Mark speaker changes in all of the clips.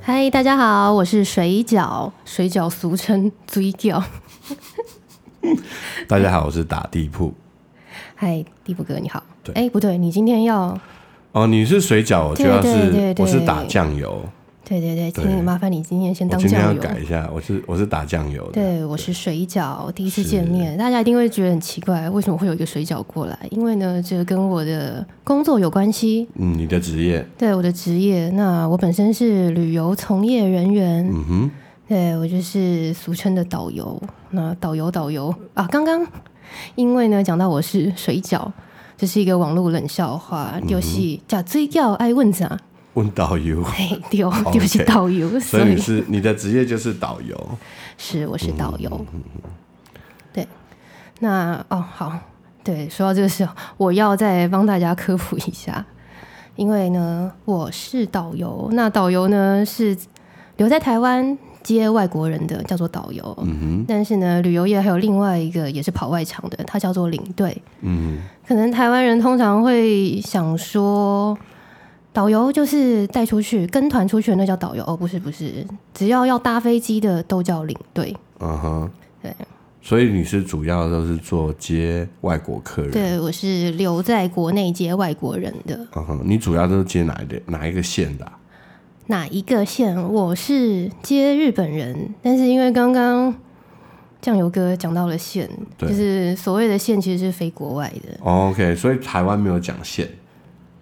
Speaker 1: 嗨，大家好，我是水饺，水饺俗称追饺。
Speaker 2: 大家好，我是打地铺。
Speaker 1: 嗨，地步哥你好。
Speaker 2: 对
Speaker 1: 哎，不对，你今天要，
Speaker 2: 哦，你是水饺，我就要
Speaker 1: 对对对
Speaker 2: 是
Speaker 1: 对
Speaker 2: 我是打酱油。
Speaker 1: 对对对，
Speaker 2: 对
Speaker 1: 请你麻烦你今天先
Speaker 2: 我
Speaker 1: 当
Speaker 2: 今天要
Speaker 1: 酱油。
Speaker 2: 改一下，我是我是打酱油的。
Speaker 1: 对，我是水饺，第一次见面，大家一定会觉得很奇怪，为什么会有一个水饺过来？因为呢，这跟我的工作有关系，
Speaker 2: 嗯，你的职业，
Speaker 1: 对我的职业。那我本身是旅游从业人员，
Speaker 2: 嗯哼，
Speaker 1: 对我就是俗称的导游。那导游导游啊，刚刚因为呢讲到我是水饺，这是一个网络冷笑话，
Speaker 2: 嗯
Speaker 1: 就是假追饺爱问啥，
Speaker 2: 问 导游，
Speaker 1: 嘿丢
Speaker 2: 哦 OK
Speaker 1: 就是导游，所
Speaker 2: 所以你
Speaker 1: 以
Speaker 2: 是你的职业就是导游。
Speaker 1: 是我是导
Speaker 2: 嗯
Speaker 1: 游。对，那哦好，对，说到这个时候，我要再帮大家科普一下，因为呢我是导游，那导游呢是留在台湾接外国人的，叫做导游。
Speaker 2: 嗯
Speaker 1: 但是呢，旅游业还有另外一个也是跑外场的，它叫做领队。
Speaker 2: 哼，嗯
Speaker 1: 可能台湾人通常会想说，导游就是带出去跟团出去的那叫导游哦，不是不是，只要要搭飞机的都叫领队。
Speaker 2: 嗯哼，
Speaker 1: 对。
Speaker 2: 所以你是主要都是做接外国客人。。
Speaker 1: 对，我是留在国内接外国人的
Speaker 2: 嗯哼，你主要都是接哪一类哪一个县的啊、
Speaker 1: 哪一个县？我是接日本人，但是因为刚刚酱油哥讲到了县，就
Speaker 2: 对
Speaker 1: 是所谓的县其实是非国外的，
Speaker 2: o k 哦所以台湾没有讲县，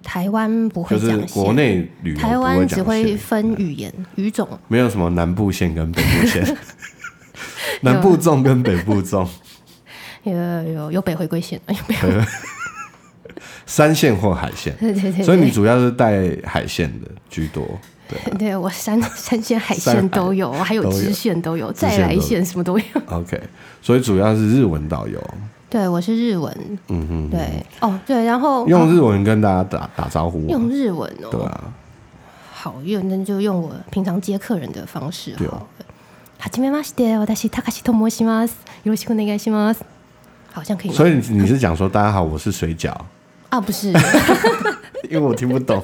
Speaker 1: 台湾不会
Speaker 2: 就
Speaker 1: 讲县。
Speaker 2: 是国内旅游
Speaker 1: 台
Speaker 2: 不
Speaker 1: 湾
Speaker 2: 会
Speaker 1: 只
Speaker 2: 讲嗯
Speaker 1: 会
Speaker 2: 县。
Speaker 1: 分语言、语种，
Speaker 2: 没有什么南部县跟北部 县，南部粽跟北部粽，
Speaker 1: 有有有北回归线，哎有北回
Speaker 2: 山线或海线，
Speaker 1: 对对对，
Speaker 2: 所以你
Speaker 1: 对
Speaker 2: 主要是带海线的居 多，对
Speaker 1: 对我山山线、海
Speaker 2: 山
Speaker 1: 线
Speaker 2: 海
Speaker 1: 都有，还有
Speaker 2: 都有
Speaker 1: 支线都有，再
Speaker 2: 线
Speaker 1: 来
Speaker 2: 都有
Speaker 1: 线什么都有。
Speaker 2: ，OK，所以主要是日文导游，
Speaker 1: 对，我是日文，嗯嗯，对，哦对，然后
Speaker 2: 用日文跟大家打打招呼啊，
Speaker 1: 用日文哦，
Speaker 2: 对啊，
Speaker 1: 好，用那就用我平常接客人的方式
Speaker 2: 对哦
Speaker 1: 好了。はじめまして、私高橋と申します。よろしくお願いします。好像可以吗？
Speaker 2: 所以你你是讲说大家好，我是 水饺，
Speaker 1: 啊，不是，对
Speaker 2: 因为我听不懂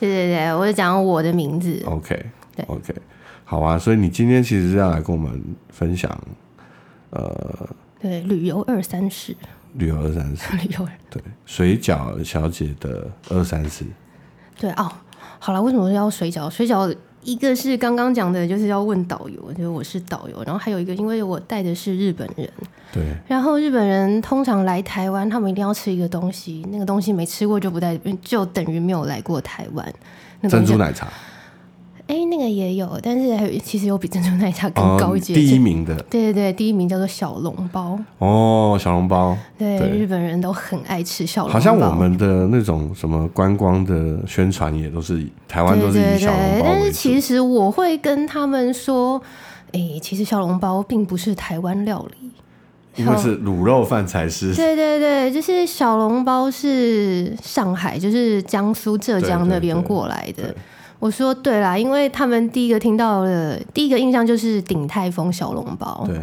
Speaker 1: 对对，我是讲我的名字。
Speaker 2: ，OK，
Speaker 1: 对
Speaker 2: o k 好啊，所以你今天其实是要来跟我们分享，呃，
Speaker 1: 对，旅游二三十，
Speaker 2: 旅游二三四，
Speaker 1: 旅游二
Speaker 2: 对，水饺小姐的二三四，
Speaker 1: 对哦，好了，为什么要水饺？水饺一个是刚刚讲的，就是要问导游，就是我是导游，然后还有一个，因为我带的是日本人，
Speaker 2: 对，
Speaker 1: 然后日本人通常来台湾，他们一定要吃一个东西，那个东西没吃过就不带，就等于没有来过台湾。那个
Speaker 2: 珍
Speaker 1: 东西
Speaker 2: 珠
Speaker 1: 叫，
Speaker 2: 奶茶，
Speaker 1: 哎，那个也有，但是还有其实有比珍珠奶茶更
Speaker 2: 哦
Speaker 1: 高一阶、
Speaker 2: 第一名的
Speaker 1: 对对对，第一名叫做小笼包。
Speaker 2: 哦，小笼包，
Speaker 1: 对，
Speaker 2: 对
Speaker 1: 日本人都很爱吃小笼包。
Speaker 2: 好像我们的那种什么观光的宣传也都是以台湾
Speaker 1: 对
Speaker 2: 都是
Speaker 1: 对
Speaker 2: 以
Speaker 1: 对
Speaker 2: 小笼，包
Speaker 1: 但
Speaker 2: 为
Speaker 1: 是
Speaker 2: 主
Speaker 1: 其实我会跟他们说，诶，其实小笼包并不是台湾料理。
Speaker 2: 因为是卤肉饭才是。
Speaker 1: 对对对，就是小笼包是上海，就是江苏、浙江那边
Speaker 2: 对对对
Speaker 1: 过来的。
Speaker 2: 对
Speaker 1: 我说对啦，因为他们第一个听到的第一个印象就是鼎泰丰小笼包。
Speaker 2: 对，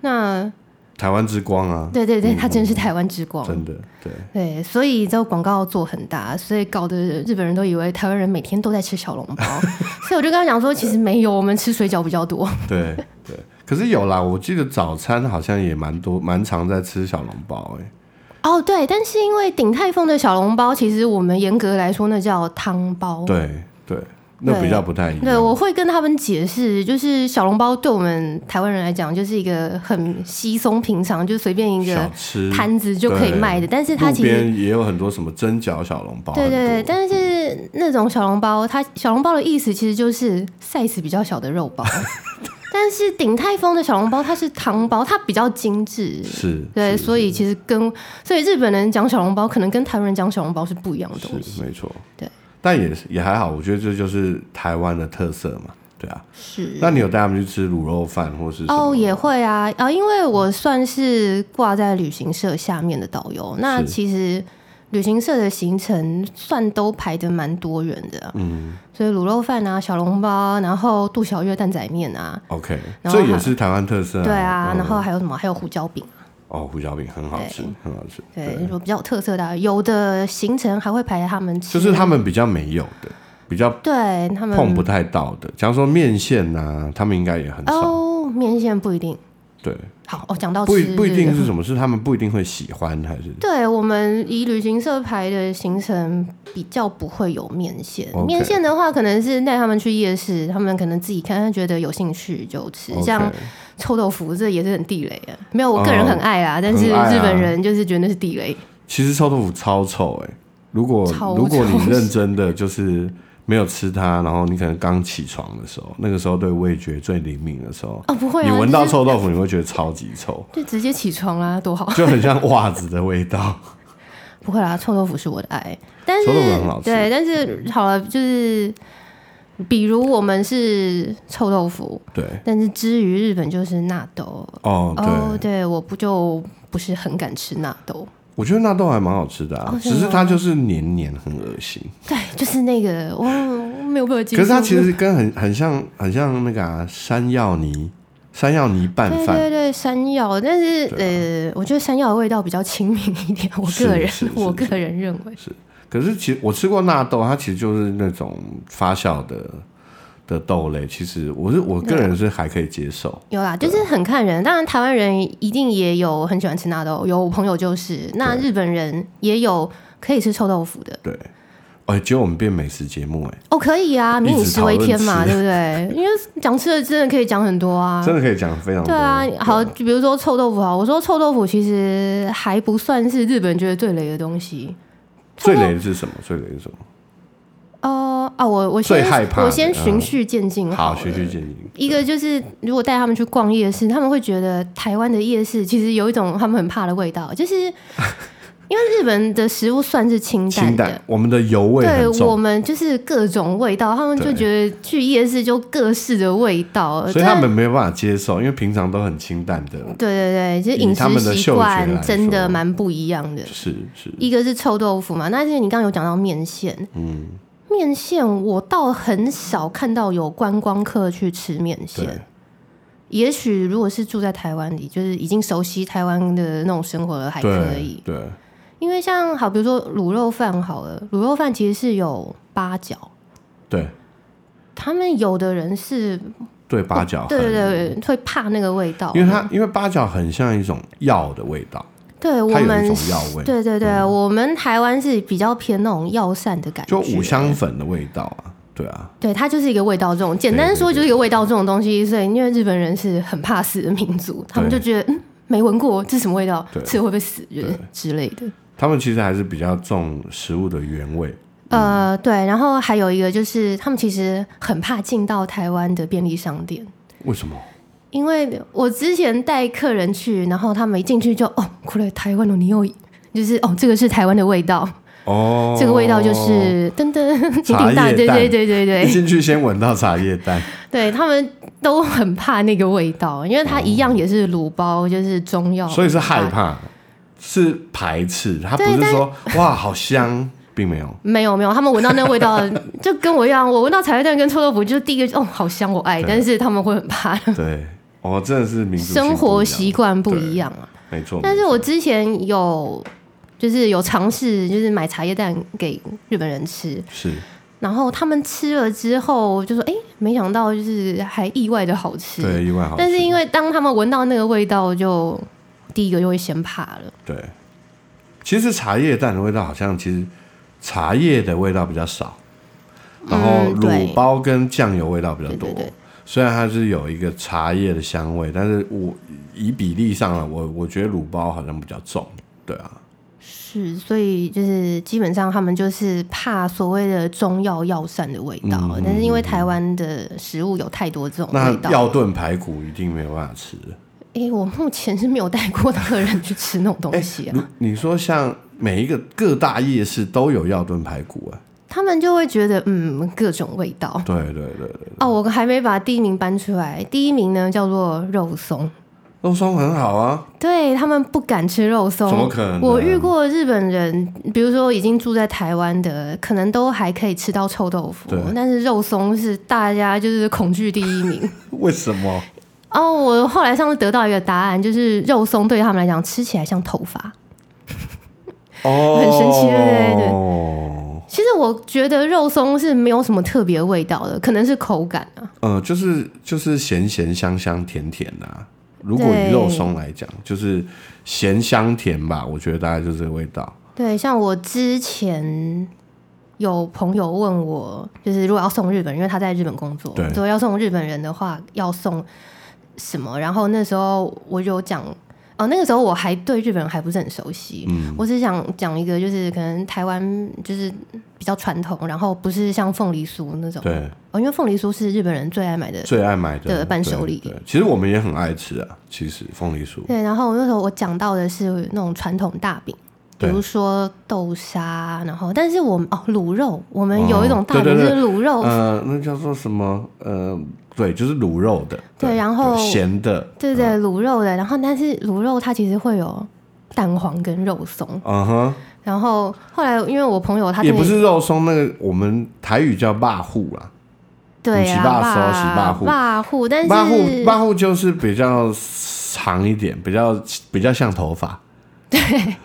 Speaker 1: 那
Speaker 2: 台湾之光啊，
Speaker 1: 对对对，它真的是台湾之光。
Speaker 2: 真的对。
Speaker 1: 对，所以这个广告做很大，所以搞得日本人都以为台湾人每天都在吃小笼 包，所以我就跟他讲说，其实没有，我们吃水饺比较多。
Speaker 2: 对对，可是有啦，我记得早餐好像也蛮多，蛮常在吃小笼包哎、
Speaker 1: 哦，对，但是因为鼎泰丰的小笼包，其实我们严格来说那叫汤包。
Speaker 2: 对对，那比较不太一样。
Speaker 1: 哦对，我会跟他们解释，就是小笼包对我们台湾人来讲，就是一个很稀松平常，就随便一个
Speaker 2: 小吃
Speaker 1: 摊子就可以
Speaker 2: 对
Speaker 1: 卖的，但是它
Speaker 2: 路
Speaker 1: 其实
Speaker 2: 边也有很多什么蒸饺小笼包，
Speaker 1: 对对对，
Speaker 2: 很多
Speaker 1: 但是那种小笼包，它小笼包的意思其实就是 size 比较小的肉包， 但是鼎泰丰的小笼包它是汤包，它比较精致。
Speaker 2: 是
Speaker 1: 对，
Speaker 2: 是
Speaker 1: 所以其实跟所以日本人讲小笼包，可能跟台湾人讲小笼包是不一样的东西。
Speaker 2: 是没错，
Speaker 1: 对，
Speaker 2: 但也是也还好，我觉得这就是台湾的特色嘛，对啊。
Speaker 1: 是
Speaker 2: 那你有带他们去吃卤肉饭或是什
Speaker 1: 哦，
Speaker 2: 么？
Speaker 1: 也会啊啊，因为我算是挂在旅行社下面的导游，那
Speaker 2: 是
Speaker 1: 其实旅行社的行程算都排的蛮多元的啊、
Speaker 2: 嗯
Speaker 1: 所以卤肉饭啊、小笼包，然后杜小月蛋仔面啊，
Speaker 2: ，OK，
Speaker 1: 然后
Speaker 2: 这也
Speaker 1: 还
Speaker 2: 是台湾特色、啊。
Speaker 1: 对啊，
Speaker 2: 嗯
Speaker 1: 然后还有什么？还有胡椒饼，
Speaker 2: 哦，胡椒饼很好吃，很好吃。
Speaker 1: 对，就比较有特色的啊。有的行程还会排他们吃，
Speaker 2: 就是他们比较没有的，比较
Speaker 1: 对他们
Speaker 2: 碰不太到的，假如说面线呐、他们应该也很少。
Speaker 1: 哦，面线不一定
Speaker 2: 对，
Speaker 1: 好哦。讲到
Speaker 2: 不
Speaker 1: 吃
Speaker 2: 一不一
Speaker 1: 这个
Speaker 2: 定是什么，是他们不一定会喜欢，还是
Speaker 1: 对我们以旅行社排的行程比较不会有面线
Speaker 2: OK
Speaker 1: 面线的话可能是带他们去夜市，他们可能自己看，觉得有兴趣就吃。像
Speaker 2: OK
Speaker 1: 臭豆腐这也是很地雷啊，没有，我
Speaker 2: 哦
Speaker 1: 个人很爱啦，但是
Speaker 2: 很爱啊
Speaker 1: 日本人就是觉得那是地雷。
Speaker 2: 其实臭豆腐超臭哎、如果
Speaker 1: 超
Speaker 2: 如果你
Speaker 1: 臭
Speaker 2: 认真的就是没有吃它，然后你可能刚起床的时候，那个时候对味觉最灵敏的时候，
Speaker 1: 哦，不会啊，
Speaker 2: 你闻到
Speaker 1: 就是
Speaker 2: 臭豆腐，你会觉得超级臭，
Speaker 1: 就直接起床啦，多好。
Speaker 2: 就很像袜子的味道。
Speaker 1: 不会啦，臭豆腐是我的爱，但是
Speaker 2: 臭豆腐很好吃
Speaker 1: 对，但是好了，就是比如我们是臭豆腐，
Speaker 2: 对，
Speaker 1: 但是至于日本就是纳豆。
Speaker 2: 哦对，
Speaker 1: 哦，对，我不就不是很敢吃纳豆，
Speaker 2: 我觉得纳豆还蛮好吃的啊，
Speaker 1: 哦真
Speaker 2: 只
Speaker 1: 的
Speaker 2: 是
Speaker 1: 吗
Speaker 2: 它就是黏黏，很恶心。
Speaker 1: 对，就是那个我我没有办法接
Speaker 2: 可
Speaker 1: 受。
Speaker 2: 是它其实跟很很像很像那个、啊、山药泥山药泥拌
Speaker 1: 对
Speaker 2: 饭，啊
Speaker 1: 对对山药，但是、呃，我觉得山药的味道比较清明一点，我
Speaker 2: 是
Speaker 1: 个人
Speaker 2: 是是
Speaker 1: 我
Speaker 2: 是
Speaker 1: 个人认为，
Speaker 2: 可是其实我吃过纳豆，它其实就是那种发酵的的豆类。其实我是我个人是还可以接受。
Speaker 1: 有啦，就是很看人。当然，台湾人一定也有很喜欢吃纳豆，有我朋友就是。那日本人也有可以吃臭豆腐的。
Speaker 2: 对，哎、结果我们变美食节目、哎、
Speaker 1: 哦，可以啊，民以食为天嘛，
Speaker 2: 一直
Speaker 1: 对不对？因为讲吃的真的可以讲很多啊。
Speaker 2: 真的可以讲非常多。
Speaker 1: 对啊，好，就比如说臭豆腐好，我说臭豆腐其实还不算是日本人觉得最雷的东西。
Speaker 2: 最雷的是什么？最雷的是什么？
Speaker 1: 哦、啊，我我
Speaker 2: 最
Speaker 1: 先
Speaker 2: 害怕的
Speaker 1: 我先循
Speaker 2: 嗯
Speaker 1: 序渐进好
Speaker 2: 好，
Speaker 1: 了
Speaker 2: 循序渐进。
Speaker 1: 一个就是，如果带他们去逛夜市，他们会觉得台湾的夜市其实有一种他们很怕的味道， 就是因为日本的食物算是清淡
Speaker 2: 清
Speaker 1: 的，
Speaker 2: 淡，我们的油味
Speaker 1: 对
Speaker 2: 很
Speaker 1: 我
Speaker 2: 重，
Speaker 1: 们就是各种味道，他们就
Speaker 2: 对
Speaker 1: 觉得去夜市就各式的味道，
Speaker 2: 所以他
Speaker 1: 但
Speaker 2: 们没有办法接受，因为平常都很清淡的。
Speaker 1: 对对对，其实
Speaker 2: 以
Speaker 1: 饮
Speaker 2: 他们的
Speaker 1: 食习
Speaker 2: 嗅觉来
Speaker 1: 惯真的
Speaker 2: 说
Speaker 1: 蛮不一样的。
Speaker 2: 是是，
Speaker 1: 一个是臭豆腐嘛，那是你刚刚有讲到面线，嗯，面线我倒很少看到有观光客去吃面线
Speaker 2: 对。
Speaker 1: 也许如果是住在台湾里，就是已经熟悉台湾的那种生活了，还可以
Speaker 2: 对。对，
Speaker 1: 因为像好，比如说卤肉饭好了，卤肉饭其实是有八角，
Speaker 2: 对
Speaker 1: 他们有的人是，
Speaker 2: 对，八角
Speaker 1: 哦对
Speaker 2: 哦很
Speaker 1: 对对，会怕那个味道，
Speaker 2: 因为它因为八角很像一种药的味道，
Speaker 1: 对我
Speaker 2: 它有一
Speaker 1: 们
Speaker 2: 种药味，嗯
Speaker 1: 对对对，我们台湾是比较偏那种药膳的感觉，
Speaker 2: 就五香粉的味道啊，对啊，
Speaker 1: 对，它就是一个味道这种，简单说就是一个味道这种东西。所以，因为日本人是很怕死的民族，他们就觉得嗯，没闻过这是什么味道
Speaker 2: 对，
Speaker 1: 吃了会不会死人
Speaker 2: 对
Speaker 1: 之类的。
Speaker 2: 他们其实还是比较重食物的原味，
Speaker 1: 呃，对，然后还有一个就是，他们其实很怕进到台湾的便利商店，
Speaker 2: 为什么？
Speaker 1: 因为我之前带客人去，然后他们一进去就哦，过来台湾的你又就是哦，这个是台湾的味道，
Speaker 2: 哦，
Speaker 1: 这个味道就是噔噔，鼎
Speaker 2: 茶
Speaker 1: 鼎
Speaker 2: 叶
Speaker 1: 大，对
Speaker 2: 蛋
Speaker 1: 对对对对
Speaker 2: 一，进去先闻到茶叶 蛋，
Speaker 1: 对他们都很怕那个味道，因为它一样也是卤包，就是中药，
Speaker 2: 所以是害。怕，是排斥，他不
Speaker 1: 对
Speaker 2: 是说哇好香，并 没有，
Speaker 1: 没有没有，他们闻到那个味道就跟我一样，我闻到茶叶蛋跟臭豆腐，就第一个哦，好香，我爱。
Speaker 2: 对
Speaker 1: 但是他们会很怕，
Speaker 2: 对，哦，真的是民族性
Speaker 1: 生
Speaker 2: 不
Speaker 1: 活
Speaker 2: 一样
Speaker 1: 习，惯不一样啊。
Speaker 2: 没错，
Speaker 1: 但是
Speaker 2: 没错
Speaker 1: 我之前有就是有尝试，就是买茶叶蛋给日本人吃，
Speaker 2: 是
Speaker 1: 然后他们吃了之后就说，哎，没想到就是还意外的好吃。
Speaker 2: 对意外好吃，
Speaker 1: 但是因为当他们闻到那个味道就，第一个就会先怕了。
Speaker 2: 对，其实茶叶蛋的味道好像其实茶叶的味道比较少，然后
Speaker 1: 嗯对
Speaker 2: 卤包跟酱油味道比较多。
Speaker 1: 对对对
Speaker 2: 虽然它是有一个茶叶的香味，但是我以比例上了，我我觉得卤包好像比较重。对啊，
Speaker 1: 是，所以就是基本上他们就是怕所谓的中药药膳的味道，但是因为台湾的食物有太多这种
Speaker 2: 嗯那
Speaker 1: 哦味道。
Speaker 2: 药炖排骨一定没有办法吃。
Speaker 1: 哎、我目前是没有带过客人去吃那种东西啊，
Speaker 2: 如你说像每一个各大夜市都有药炖排骨啊？
Speaker 1: 他们就会觉得嗯各种味道。
Speaker 2: 对对对对，
Speaker 1: 哦，我还没把第一名搬出来，第一名呢叫做肉松。
Speaker 2: 肉松很好啊，
Speaker 1: 对他们不敢吃肉松，
Speaker 2: 怎么可能
Speaker 1: 我遇过日本人，比如说已经住在台湾的，可能都还可以吃到臭豆腐
Speaker 2: 对，
Speaker 1: 但是肉松是大家就是恐惧第一名。
Speaker 2: 为什么？
Speaker 1: 哦，我后来上次得到一个答案，就是肉松对他们来讲吃起来像头发，
Speaker 2: 哦，
Speaker 1: 很神奇对对
Speaker 2: 对
Speaker 1: 其实我觉得肉松是没有什么特别味道的，可能是口感啊。
Speaker 2: 呃，就是就是咸咸香香甜甜的、啊。如果以肉松来讲，就是咸香甜吧，我觉得大概就是这个味道。
Speaker 1: 对，像我之前有朋友问我，就是如果要送日本人，因为他在日本工作
Speaker 2: 对，
Speaker 1: 说要送日本人的话，要送什么？然后那时候我有讲，哦，那个时候我还对日本人还不是很熟悉，我只想讲一个，就是可能台湾就是比较传统，然后不是像凤梨酥那种，
Speaker 2: 对，
Speaker 1: 哦，因为凤梨酥是日本人最爱买的，
Speaker 2: 最爱买的
Speaker 1: 的伴手礼
Speaker 2: 对对，其实我们也很爱吃啊。其实凤梨酥，
Speaker 1: 对。然后那时候我讲到的是那种传统大饼。比
Speaker 2: 对
Speaker 1: 如说豆沙，然后但是我们哦卤肉，我们
Speaker 2: 哦
Speaker 1: 有一种大饼
Speaker 2: 对对
Speaker 1: 就
Speaker 2: 对
Speaker 1: 是卤肉，
Speaker 2: 呃，那叫做什么？呃，对，就是卤肉的。
Speaker 1: 对然后
Speaker 2: 咸的。
Speaker 1: 对
Speaker 2: 嗯
Speaker 1: 对卤肉的。然后但是卤肉它其实会有蛋黄跟肉松。
Speaker 2: 嗯哼，
Speaker 1: 然后后来因为我朋友他
Speaker 2: 也
Speaker 1: 真的
Speaker 2: 不是肉松，那个我们台语叫啊霸户啦。
Speaker 1: 对
Speaker 2: 你
Speaker 1: 呀、
Speaker 2: 是霸手是
Speaker 1: 霸
Speaker 2: 霸户
Speaker 1: 霸户，但是
Speaker 2: 霸户霸户就是比较长一点，比较比较像头发。对。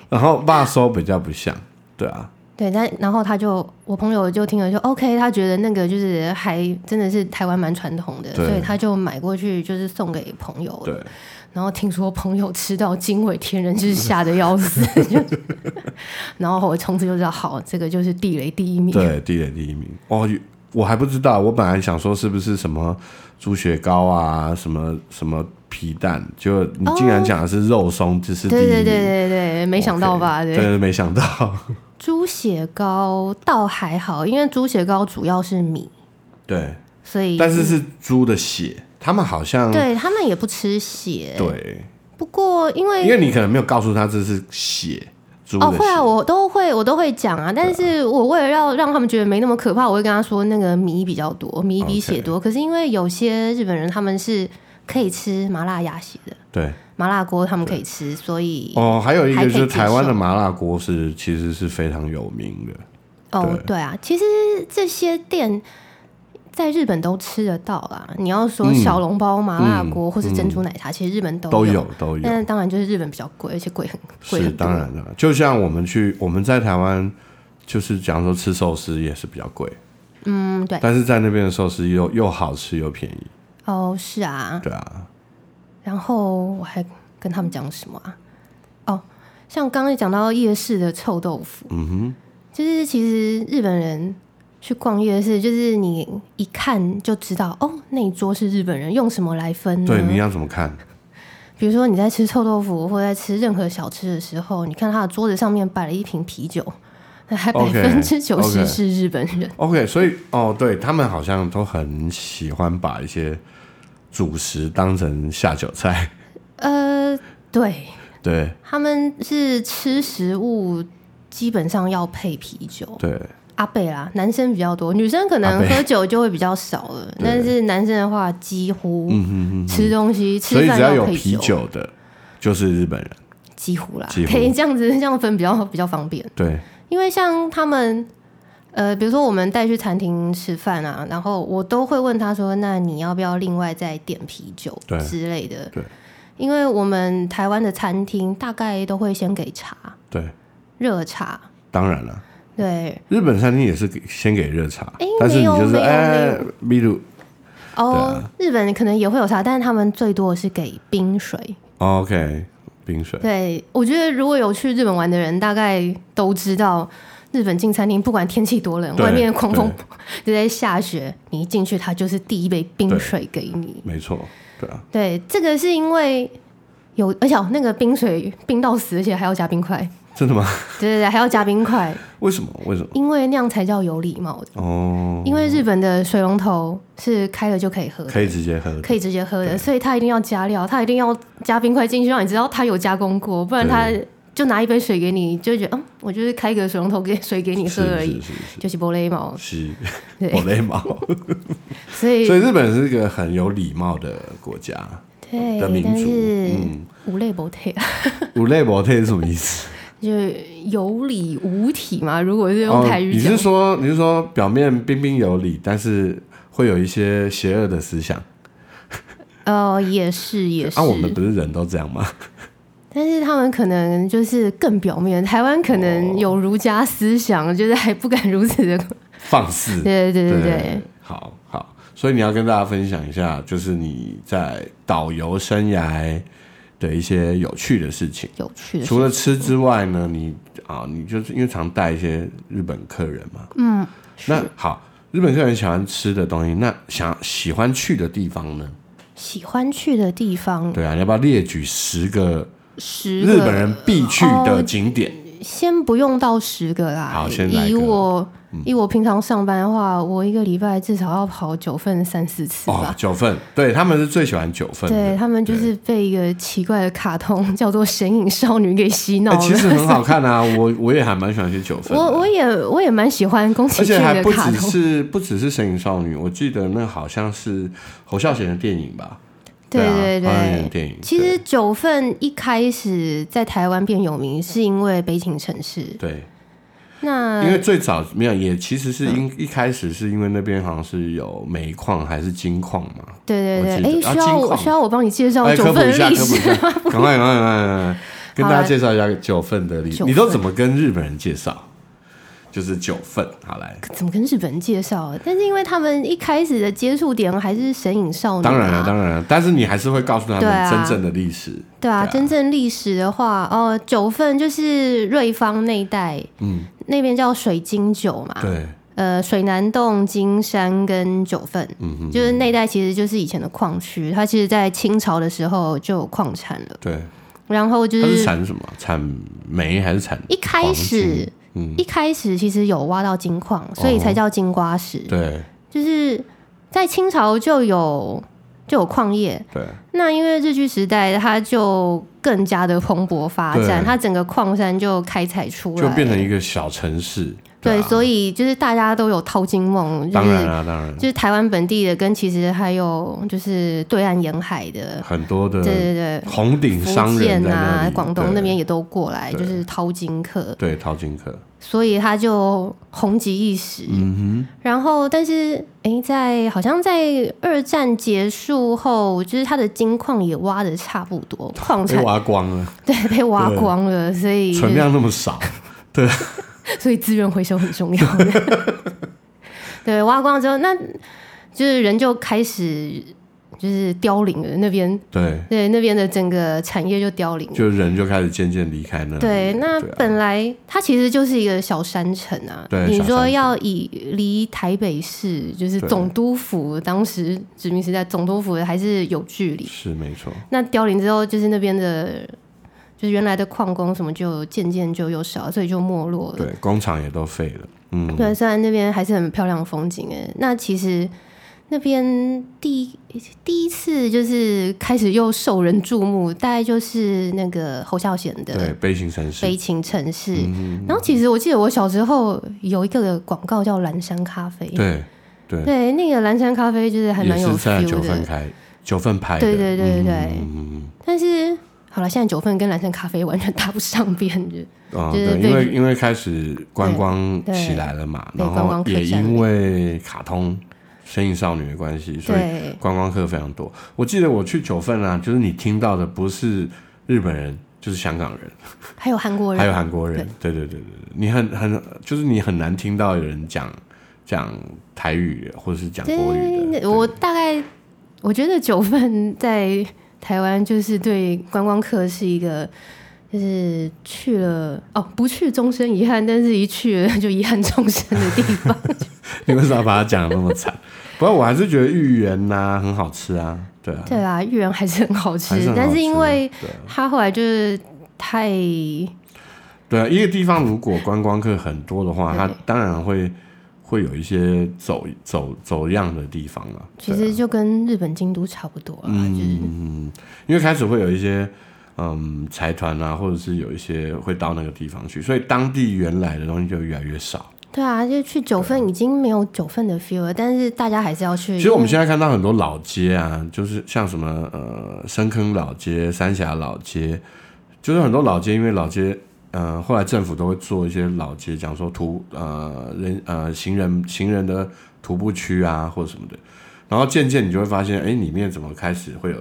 Speaker 2: 然后霸收比较不像，对啊，
Speaker 1: 对，但然后他就我朋友就听了就 OK，他觉得那个就是还真的是台湾蛮传统的，
Speaker 2: 对
Speaker 1: 所以他就买过去就是送给朋友了。
Speaker 2: 对。
Speaker 1: 然后听说朋友吃到惊为天人，就是吓得要 死。就然后我从此就知道，好，这个就是地雷第一名。
Speaker 2: 对，地雷第一名。哦，我还不知道，我本来想说是不是什么猪血糕啊，什么什么皮蛋，就你竟然讲的是肉松，这是第一
Speaker 1: 对
Speaker 2: 名。
Speaker 1: 对对对对，没想到吧？
Speaker 2: OK，
Speaker 1: 对。
Speaker 2: 对，没想到。
Speaker 1: 猪血糕倒还好，因为猪血糕主要是米，
Speaker 2: 对，
Speaker 1: 所以
Speaker 2: 但是是猪的血，他们好像
Speaker 1: 对他们也不吃血。
Speaker 2: 对，
Speaker 1: 不过因为
Speaker 2: 因为你可能没有告诉他这是血，猪
Speaker 1: 哦
Speaker 2: 的
Speaker 1: 会啊，
Speaker 2: 血。
Speaker 1: 我都会我都会讲啊，但是我为了要让他们觉得没那么可怕，我会跟他说那个米比较多，米比
Speaker 2: OK
Speaker 1: 血多。可是因为有些日本人他们是可以吃麻辣鸭血的，
Speaker 2: 对
Speaker 1: 麻辣锅他们可以吃，所以
Speaker 2: 哦，还有一
Speaker 1: 还
Speaker 2: 个
Speaker 1: 可以
Speaker 2: 就是
Speaker 1: 接
Speaker 2: 台湾的
Speaker 1: 受
Speaker 2: 麻辣锅是其实是非常有名的，
Speaker 1: 哦
Speaker 2: 对
Speaker 1: 对啊，其实这些店。在日本都吃得到啦。你要说小笼包、麻辣锅、或是珍珠奶茶，其实日本都
Speaker 2: 嗯都
Speaker 1: 有
Speaker 2: 有都有。
Speaker 1: 但是当然就是日本比较贵，而且贵很贵
Speaker 2: 是
Speaker 1: 很多。
Speaker 2: 当然的，就像我们去我们在台湾，就是假如说吃寿司也是比较贵，
Speaker 1: 嗯，对，
Speaker 2: 但是在那边的寿司又又好吃又便宜，
Speaker 1: 哦，是啊。
Speaker 2: 对啊，
Speaker 1: 然后我还跟他们讲什么啊？哦，像刚刚讲到夜市的臭豆腐，
Speaker 2: 嗯
Speaker 1: 就是其实日本人去逛夜市，就是你一看就知道，哦，那一桌是日本人，用什么来分
Speaker 2: 哼，
Speaker 1: 呢？
Speaker 2: 对，你要怎么看？
Speaker 1: 比如说你在吃臭豆腐或者在吃任何小吃的时候，你看他的桌子上面摆了一瓶啤酒， 那还百
Speaker 2: OK，
Speaker 1: 分之九十
Speaker 2: OK
Speaker 1: 是日本人。
Speaker 2: OK，所以哦，对他们好像都很喜欢把一些主食当成下酒菜，
Speaker 1: 呃，对，
Speaker 2: 对
Speaker 1: 他们是吃食物基本上要配啤酒。
Speaker 2: 对
Speaker 1: 阿贝啦，男生比较多，女生可
Speaker 2: 阿
Speaker 1: 能
Speaker 2: 贝
Speaker 1: 喝酒就会比较少了。
Speaker 2: 对嗯
Speaker 1: 但是男生的话，几乎吃东西、
Speaker 2: 所
Speaker 1: 吃
Speaker 2: 以
Speaker 1: 饭
Speaker 2: 只要有
Speaker 1: 配
Speaker 2: 啤酒的，就是日本人，
Speaker 1: 几乎啦，
Speaker 2: 几乎
Speaker 1: 可 以这样子这样分比较比较方便。
Speaker 2: 对
Speaker 1: 因为像他们，呃，比如说我们带去餐厅吃饭啊，然后我都会问他说：“那你要不要另外再点啤酒
Speaker 2: 对
Speaker 1: 之类的
Speaker 2: 对？”
Speaker 1: 因为我们台湾的餐厅大概都会先给茶，
Speaker 2: 对，
Speaker 1: 热茶，
Speaker 2: 当然了。
Speaker 1: 对，
Speaker 2: 日本餐厅也是给先给热茶，
Speaker 1: 诶
Speaker 2: 但是你
Speaker 1: 没有
Speaker 2: 就是
Speaker 1: 没有
Speaker 2: 哎
Speaker 1: 没，
Speaker 2: 秘鲁
Speaker 1: 哦，
Speaker 2: 对啊
Speaker 1: 日本可能也会有茶，但是他们最多的是给冰水。
Speaker 2: 哦 OK 冰水，
Speaker 1: 对，我觉得如果有去日本玩的人，大概都知道，日本进餐厅不管天气多冷，
Speaker 2: 对
Speaker 1: 外面狂风就在下雪，你一进去，它就是第一杯冰水给你。
Speaker 2: 没错，对啊，
Speaker 1: 对，这个是因为有，而且哦那个冰水冰到死，而且还要加冰块。
Speaker 2: 真的吗？
Speaker 1: 对对对，还要加冰块，
Speaker 2: 为什么？为什么？
Speaker 1: 因为那样才叫有礼貌。
Speaker 2: 哦，
Speaker 1: 因为日本的水龙头是开了就可以喝的，
Speaker 2: 可以直接喝，
Speaker 1: 可以直接喝的，所以他一定要加料，他一定要加冰块进去，让你知道他有加工过，不然他就拿一杯水给你，就觉得嗯，我就是开个水龙头给 水给你喝而已，
Speaker 2: 是是 是
Speaker 1: 就是玻璃毛。
Speaker 2: 是
Speaker 1: 对
Speaker 2: 是，我累毛。
Speaker 1: 所以
Speaker 2: 所以日本是一个很有礼貌的国家。的
Speaker 1: 对，
Speaker 2: 民
Speaker 1: 但
Speaker 2: 族
Speaker 1: 是
Speaker 2: 嗯
Speaker 1: 无类不体啊，
Speaker 2: 无累毛体是什么意思？
Speaker 1: 就是有理无体嘛。如果是用
Speaker 2: 哦
Speaker 1: 台语
Speaker 2: 你
Speaker 1: 讲
Speaker 2: 是，说你是说表面彬彬有礼，但是会有一些邪恶的思想？
Speaker 1: 呃，也是也是
Speaker 2: 啊啊，我，们不是人都这样吗？
Speaker 1: 但是他们可能就是更表面，台湾可能有儒家思想， 就是还不敢如此的。
Speaker 2: 放肆。
Speaker 1: 对对对对
Speaker 2: 对
Speaker 1: 嗯对，
Speaker 2: 好好，所以你要跟大家分享一下，就是你在导游生涯的一些有趣的事情。
Speaker 1: 有趣的事。
Speaker 2: 除了吃之外呢，你啊，你就是因为常带一些日本客人嘛。
Speaker 1: 嗯，
Speaker 2: 那
Speaker 1: 是
Speaker 2: 好，日本客人喜欢吃的东西，那想喜欢去的地方呢？
Speaker 1: 喜欢去的地方，
Speaker 2: 对啊，你要不要列举十个
Speaker 1: 嗯十个
Speaker 2: 日本人必去的景点？
Speaker 1: 先不用到十个啦。
Speaker 2: 好先来一
Speaker 1: 以
Speaker 2: 个嗯
Speaker 1: 我、以我平常上班的话，我一个礼拜至少要跑九份三四次
Speaker 2: 哦
Speaker 1: 吧，。
Speaker 2: 九份，对他们是最喜欢九份的。
Speaker 1: 对他们就是被一个奇怪的卡通叫做《神隐少女》给洗脑
Speaker 2: 哎
Speaker 1: 了。
Speaker 2: 其实 很好看啊，我我也还蛮喜欢去九份的。
Speaker 1: 我我也我也蛮喜欢宫崎
Speaker 2: 而且
Speaker 1: 骏
Speaker 2: 还
Speaker 1: 的
Speaker 2: 不
Speaker 1: 卡
Speaker 2: 只
Speaker 1: 通，
Speaker 2: 是不只是《神隐少女》，我记得那好像是侯孝贤的电影吧？
Speaker 1: 对
Speaker 2: 对
Speaker 1: 对
Speaker 2: 啊侯孝贤的
Speaker 1: 对。
Speaker 2: 电影。
Speaker 1: 其实九份一开始在台湾变有名，是因为悲情城市。
Speaker 2: 对，
Speaker 1: 那嗯
Speaker 2: 对因为最早没有，也其实是因一开始是因为那边好像是有煤矿还是金矿嘛？
Speaker 1: 对对
Speaker 2: 我
Speaker 1: 对，
Speaker 2: 记得
Speaker 1: 哎，
Speaker 2: 啊
Speaker 1: 需要
Speaker 2: 金
Speaker 1: 我
Speaker 2: 矿
Speaker 1: 需要我帮你介绍
Speaker 2: 哎，
Speaker 1: 九
Speaker 2: 科普
Speaker 1: 份
Speaker 2: 一
Speaker 1: 的
Speaker 2: 下，
Speaker 1: 历
Speaker 2: 科普一
Speaker 1: 史
Speaker 2: 下，赶快，赶快，赶快，赶快 跟大
Speaker 1: 好
Speaker 2: 家
Speaker 1: 啊
Speaker 2: 介绍一下九份的历史。
Speaker 1: 九
Speaker 2: 你
Speaker 1: 份
Speaker 2: 都怎么跟日本人介绍？就是九份，好来，
Speaker 1: 怎么跟日本人介绍？啊但是因为他们一开始的接触点还是神隐少女、啊，
Speaker 2: 当然了，当然了，但是你还是会告诉他
Speaker 1: 对
Speaker 2: 们
Speaker 1: 啊
Speaker 2: 真正的历史。
Speaker 1: 对啊，
Speaker 2: 对啊
Speaker 1: 真正历史的话，哦，九份就是瑞芳那一带，嗯，那边叫水晶九嘛，
Speaker 2: 对，
Speaker 1: 呃，水南洞、金山跟九份，
Speaker 2: 嗯哼，
Speaker 1: 就是那一带其实就是以前的矿区，它其实在清朝的时候就有矿产了，
Speaker 2: 对，
Speaker 1: 然后就
Speaker 2: 它是
Speaker 1: 是
Speaker 2: 产什么？产煤还是产？
Speaker 1: 一开始，
Speaker 2: 嗯，哦
Speaker 1: 一开始其实有挖到金矿，所以才叫金瓜石，
Speaker 2: 对
Speaker 1: 就是在清朝就有就有矿业，
Speaker 2: 对，
Speaker 1: 那因为日据时代，它就更加的蓬勃发展，
Speaker 2: 对
Speaker 1: 它整个矿山就开采出来，
Speaker 2: 就变成一个小城市。
Speaker 1: 对，
Speaker 2: 啊
Speaker 1: 所以就是大家都有淘金梦，就
Speaker 2: 当然
Speaker 1: 是
Speaker 2: 啊，当然，
Speaker 1: 就是台湾本地的，跟其实还有就是对岸沿海的，
Speaker 2: 很多的
Speaker 1: 对对对，
Speaker 2: 红顶商
Speaker 1: 福
Speaker 2: 人
Speaker 1: 建
Speaker 2: 在那
Speaker 1: 啊
Speaker 2: 里，、
Speaker 1: 广东
Speaker 2: 对
Speaker 1: 那边也都过来，
Speaker 2: 对
Speaker 1: 就是淘金客，
Speaker 2: 对淘金客，
Speaker 1: 所以它就红极一时。
Speaker 2: 嗯
Speaker 1: 然后，但是诶，在好像在二战结束后，就是它的金矿也挖的差不多，矿
Speaker 2: 哼，
Speaker 1: 产
Speaker 2: 被挖光了，
Speaker 1: 对，被挖光了，所以
Speaker 2: 存量那么少，
Speaker 1: 所以资源回收很重要。 对，挖光之后，那就是人就开始就是凋零了，那边
Speaker 2: 对，
Speaker 1: 对那边的整个产业就凋零了。
Speaker 2: 就人就开始渐渐离开那里。
Speaker 1: 对，那
Speaker 2: 对啊
Speaker 1: 本来它其实就是一个小山城啊。
Speaker 2: 对
Speaker 1: 你
Speaker 2: 小山
Speaker 1: 说
Speaker 2: 城
Speaker 1: 要以离台北市，就是
Speaker 2: 对
Speaker 1: 总督府，当时殖民时代总督府还是有距离。
Speaker 2: 是没错，
Speaker 1: 那凋零之后，就是那边的，就是原来的矿工什么就渐渐就又少，所以就没落了。
Speaker 2: 对，工厂也都废了，嗯，
Speaker 1: 对，虽然那边还是很漂亮的风景诶，那其实那边第一第一次就是开始又受人注目，大概就是那个侯孝贤的
Speaker 2: 对，
Speaker 1: 《
Speaker 2: 悲情城市
Speaker 1: 悲，情城市》
Speaker 2: 嗯
Speaker 1: 然后其实我记得我小时候有一个广告叫蓝山咖啡，
Speaker 2: 对对，
Speaker 1: 对，那个蓝山咖啡就是还
Speaker 2: 也
Speaker 1: 蛮有
Speaker 2: 是在
Speaker 1: feel
Speaker 2: 九份
Speaker 1: 的，
Speaker 2: 开，九份拍的，
Speaker 1: 对对对对对
Speaker 2: 嗯
Speaker 1: 但是。好了，现在九份跟蓝山咖啡完全搭不上边，就
Speaker 2: 啊，
Speaker 1: 就是
Speaker 2: 对，
Speaker 1: 被
Speaker 2: 因为因为开始观光
Speaker 1: 对对
Speaker 2: 起来了嘛，
Speaker 1: 被
Speaker 2: 然
Speaker 1: 观
Speaker 2: 后
Speaker 1: 光客
Speaker 2: 也
Speaker 1: 占
Speaker 2: 因
Speaker 1: 领
Speaker 2: 为卡通《神隐少女》的关系， 所以
Speaker 1: 对
Speaker 2: 观光客非常多。我记得我去九份啊，就是你听到的不是日本人，就是香港人，
Speaker 1: 还有韩国人，
Speaker 2: 还有韩国人。对对对对对，你很很就是你很难听到有人讲讲台语或者是讲国语的。
Speaker 1: 对，我大概我觉得九份在台湾就是对观光客是一个，就是去了哦，不去终身遗憾，但是一去了就遗憾终身的地 方。
Speaker 2: 你为什么要把它讲的那么惨？不过我还是觉得芋圆呐、很好吃啊，对啊，
Speaker 1: 对啊，芋圆还是很好吃，
Speaker 2: 还是很好
Speaker 1: 但是
Speaker 2: 吃
Speaker 1: 因为
Speaker 2: 对啊
Speaker 1: 它后来就是太
Speaker 2: 对啊，一个地方如果观光客很多的话，
Speaker 1: 对
Speaker 2: 它当然会会有一些走走走样的地方啊嘛。
Speaker 1: 其实就跟日本京都差不多啦，就是
Speaker 2: 嗯，因为开始会有一些嗯财团啊，或者是有一些会到那个地方去，所以当地原来的东西就越来越少。
Speaker 1: 对啊，就去九份已经没有九份的 feel 了，但是大家还是要去。
Speaker 2: 其实我们
Speaker 1: 因为
Speaker 2: 现在看到很多老街啊，就是像什么呃深坑老街、三峡老街，就是很多老街，因为老街。呃，后来政府都会做一些老街，讲说徒呃人呃行人行人的徒步区啊，或者什么的。然后渐渐你就会发现，哎，里面怎么开始会有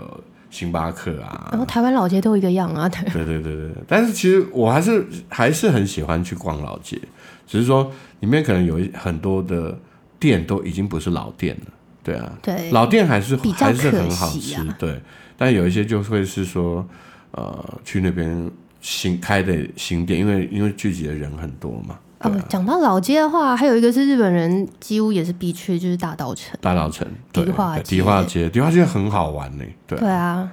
Speaker 2: 星巴克啊，
Speaker 1: 然后台湾老街都一个样啊， 对，
Speaker 2: 对对对对，但是其实我还是还是很喜欢去逛老街，只是说里面可能有一很多的店都已经不是老店了，对啊，
Speaker 1: 对哦
Speaker 2: 老店还是
Speaker 1: 比较
Speaker 2: 还是很好
Speaker 1: 可惜
Speaker 2: 吃，
Speaker 1: 啊
Speaker 2: 对，但有一些就会是说，呃，去那边新开的新店，因为因为聚集的人很多嘛，对啊
Speaker 1: 哦，讲到老街的话，还有一个是日本人几乎也是必去，就是大道城。
Speaker 2: 大稻城对
Speaker 1: 迪化
Speaker 2: 对
Speaker 1: 街
Speaker 2: 迪化街，迪化街很好玩呢、对啊，
Speaker 1: 对啊，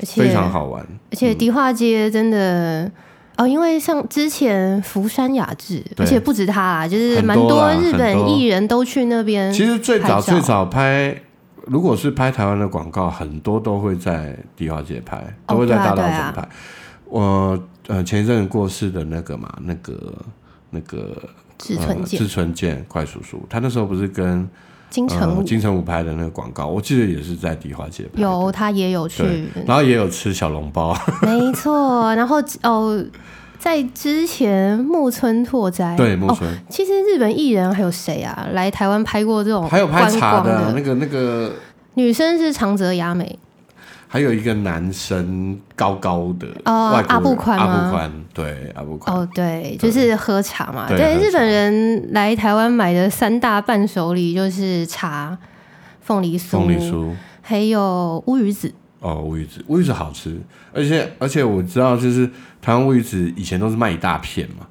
Speaker 1: 而且
Speaker 2: 非常好嗯玩，
Speaker 1: 而且迪化街真的。哦，因为像之前福山雅治，而
Speaker 2: 对
Speaker 1: 且不止他啦，就是
Speaker 2: 很
Speaker 1: 蛮
Speaker 2: 多啦
Speaker 1: 日
Speaker 2: 很
Speaker 1: 本
Speaker 2: 多
Speaker 1: 艺人都去那边。
Speaker 2: 其实最
Speaker 1: 拍
Speaker 2: 早
Speaker 1: 照
Speaker 2: 最早拍，如果是拍台湾的广告，很多都会在迪化街拍，
Speaker 1: 哦
Speaker 2: 都会在大道
Speaker 1: 对
Speaker 2: 城
Speaker 1: 啊
Speaker 2: 拍。我呃前一阵子过世的那个嘛，那个那个
Speaker 1: 志存
Speaker 2: 呃、
Speaker 1: 健、
Speaker 2: 志存健快叔叔，他那时候不是跟
Speaker 1: 金城
Speaker 2: 呃、
Speaker 1: 武
Speaker 2: 金城武拍的那个广告，我记得也是在迪化街拍的。
Speaker 1: 有哎他也有去
Speaker 2: 对，，然后也有吃小笼包，
Speaker 1: 没错。 然后哦，在之前木村拓哉，
Speaker 2: 对木
Speaker 1: 哦，
Speaker 2: 村、
Speaker 1: 其实日本艺人还有谁啊？来台湾拍过这种
Speaker 2: 还有拍茶
Speaker 1: 哦观光
Speaker 2: 的啊
Speaker 1: 的
Speaker 2: 那个那个，
Speaker 1: 女生是长泽雅美，
Speaker 2: 还有一个男生高高的
Speaker 1: 哦
Speaker 2: 外国人
Speaker 1: 阿部宽吗
Speaker 2: 阿布宽对阿布宽
Speaker 1: 哦，对，就是喝茶嘛。
Speaker 2: 对
Speaker 1: 对，
Speaker 2: 喝
Speaker 1: 日本人来台湾买的三大伴手礼就是茶、凤梨酥、
Speaker 2: 凤梨酥。
Speaker 1: 还有乌鱼子。
Speaker 2: 哦，乌鱼子，乌鱼子好吃，而且而且我知道，就是台湾乌鱼子以前都是卖一大片嘛，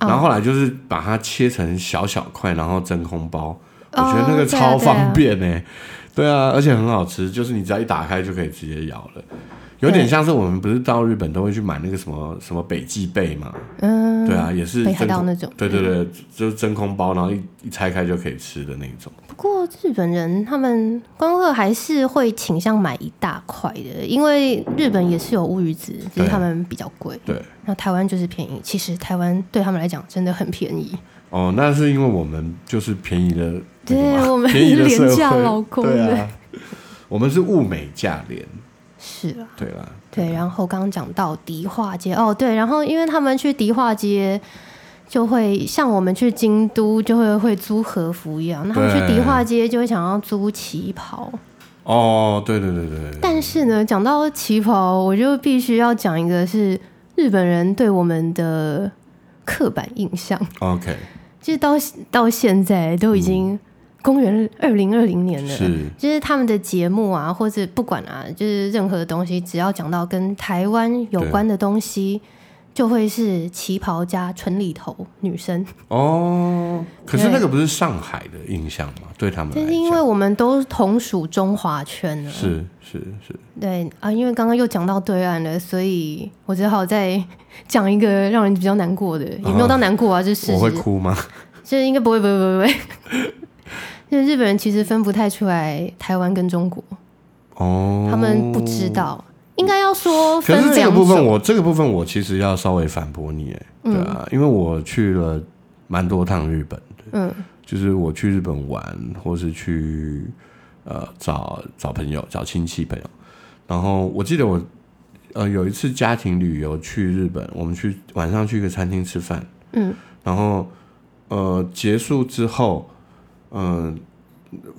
Speaker 1: 哦
Speaker 2: 然后后来就是把它切成小小块，然后真空包，我
Speaker 1: 哦
Speaker 2: 觉得那个
Speaker 1: 对啊
Speaker 2: 超
Speaker 1: 对啊
Speaker 2: 方便呢、对啊，而且很好吃，就是你只要一打开就可以直接咬了，有点
Speaker 1: 对
Speaker 2: 像是我们不是到日本都会去买那个什么什么北极贝嘛，
Speaker 1: 嗯，
Speaker 2: 对啊，也是
Speaker 1: 北海
Speaker 2: 真
Speaker 1: 道
Speaker 2: 空
Speaker 1: 那种。
Speaker 2: 对对对，就是真空包，然后一一拆开就可以吃的那种。
Speaker 1: 不过日本人他们观光客还是会倾向买一大块的，因为日本也是有乌鱼子，只
Speaker 2: 对
Speaker 1: 是他们比较贵。
Speaker 2: 对，
Speaker 1: 那台湾就是便宜，其实台湾对他们来讲真的很便宜。
Speaker 2: 哦，那是因为我们就是便宜的那个嘛，
Speaker 1: 对我们
Speaker 2: 便宜的社
Speaker 1: 廉价欸
Speaker 2: 会
Speaker 1: 劳工
Speaker 2: 对啊，我们是物美价廉，
Speaker 1: 是啊，
Speaker 2: 对啦，
Speaker 1: 对，然后刚刚讲到迪化街哦，对，然后因为他们去迪化街就会像我们去京都就会会租和服一样，那他们去
Speaker 2: 对
Speaker 1: 迪化街就会想要租旗袍。
Speaker 2: 哦，对对对对对，
Speaker 1: 但是呢，讲到旗袍，我就必须要讲一个是日本人对我们的刻板印象，
Speaker 2: ，OK，
Speaker 1: 就是到到现在都已经公元二零二零年了，
Speaker 2: 是
Speaker 1: 就是他们的节目啊，或者不管啊，就是任何东西，只要讲到跟台湾有关的东西，就会是旗袍加纯里头女生。
Speaker 2: 哦，可是
Speaker 1: 对
Speaker 2: 那个不是上海的印象嘛，对他们
Speaker 1: 但是
Speaker 2: 来
Speaker 1: 因为
Speaker 2: 讲，
Speaker 1: 我们都同属中华圈啊了，
Speaker 2: 是是是，
Speaker 1: 对啊，因为刚刚又讲到对岸了，所以我只好再讲一个让人比较难过的，也没有到难过啊，就是
Speaker 2: 我会
Speaker 1: 事实，
Speaker 2: 哭吗？
Speaker 1: 这应该不会，不会，不会，不会。 就是日本人其实分不太出来台湾跟中国，
Speaker 2: 哦，
Speaker 1: 他们不知。道，应该要说
Speaker 2: 可
Speaker 1: 分
Speaker 2: 是这个
Speaker 1: 两
Speaker 2: 部分
Speaker 1: 种。嗯
Speaker 2: 我，这个部分我其实要稍微反驳你，哎对啊，因为我去了蛮多趟日本的，
Speaker 1: 嗯，
Speaker 2: 就是我去日本玩，或是去呃找找朋友、找亲戚朋友。然后我记得我呃有一次家庭旅游去日本，我们去晚上去一个餐厅吃饭，
Speaker 1: 嗯，
Speaker 2: 然后呃结束之后，嗯、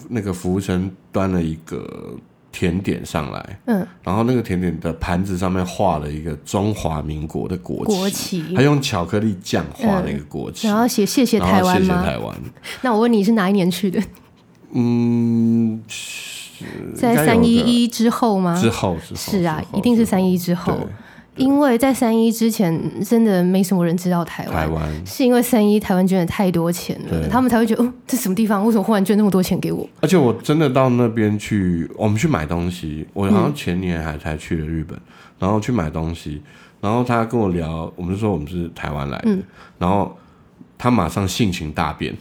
Speaker 2: 那个服务生端了一个甜点上来，
Speaker 1: 嗯，
Speaker 2: 然后那个甜点的盘子上面画了一个中华民国的国旗，
Speaker 1: 国旗
Speaker 2: 他，用巧克力酱画了一个国旗，
Speaker 1: 然后写谢谢
Speaker 2: 然后
Speaker 1: 台湾
Speaker 2: 谢谢
Speaker 1: 吗？
Speaker 2: 台湾。
Speaker 1: 那我问你是哪一年去的？
Speaker 2: 嗯，
Speaker 1: 在
Speaker 2: 应该有
Speaker 1: 三一
Speaker 2: 个
Speaker 1: 一之后吗？
Speaker 2: 之后之后
Speaker 1: 是啊
Speaker 2: 之，后
Speaker 1: 一定是
Speaker 2: 之后
Speaker 1: 三一之后
Speaker 2: 对，
Speaker 1: 因为在三一之前真的没什么人知道台
Speaker 2: 台
Speaker 1: 湾。
Speaker 2: 湾，
Speaker 1: 是因为三一台湾捐了太多钱了，
Speaker 2: 对
Speaker 1: 他们才会觉得，哦，这什么地方？为什么忽然捐那么多钱给我？
Speaker 2: 而且我真的到那边去，我们去买东西，我好
Speaker 1: 嗯
Speaker 2: 像前年还才去了日本，然后去买东西，然后他跟我聊，我们就说我们是台湾来的，
Speaker 1: 嗯
Speaker 2: 然后他马上性情大变，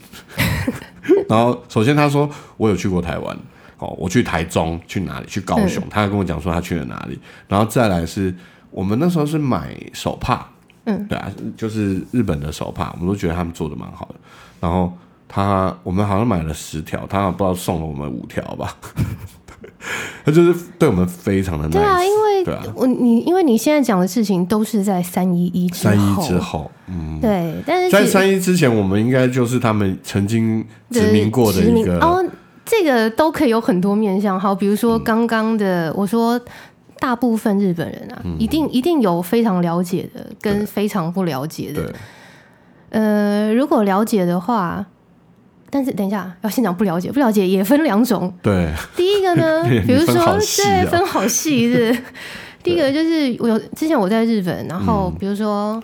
Speaker 2: 然后首先他说我有去过台湾。哦，我去台中，去哪里？去高雄。
Speaker 1: 嗯
Speaker 2: 他跟我讲说他去了哪里，然后再来是我们那时候是买手帕，嗯，对啊，就是日本的手帕，我们都觉得他们做的蛮好的。然后他我们好像买了十条，他好像不知道送了我们五条吧。 他就是对我们非常的 nice，
Speaker 1: 对啊，因为
Speaker 2: 对啊
Speaker 1: 我你因为你现在讲的事情都是在三一一之
Speaker 2: 三一
Speaker 1: 后，
Speaker 2: 之后，嗯
Speaker 1: 对，但是
Speaker 2: 在
Speaker 1: 其实
Speaker 2: 三一之前，我们应该就是他们曾经殖民过的
Speaker 1: 殖
Speaker 2: 一
Speaker 1: 民
Speaker 2: 个，嗯
Speaker 1: 哦，这个都可以有很多面向。好，比如说刚刚的、我说大部分日本人
Speaker 2: 嗯
Speaker 1: 啊，一定一定有非常了解的跟非常不了解的。
Speaker 2: 对，
Speaker 1: 呃，如果了解的话，但是等一下要先讲不了解，不了解也分两种。
Speaker 2: 对，
Speaker 1: 第一个呢
Speaker 2: 你，
Speaker 1: 比如说
Speaker 2: 分好细
Speaker 1: 对
Speaker 2: 啊
Speaker 1: 分好细 是，第一个就是我有之前我在日本，然
Speaker 2: 嗯
Speaker 1: 后比如说。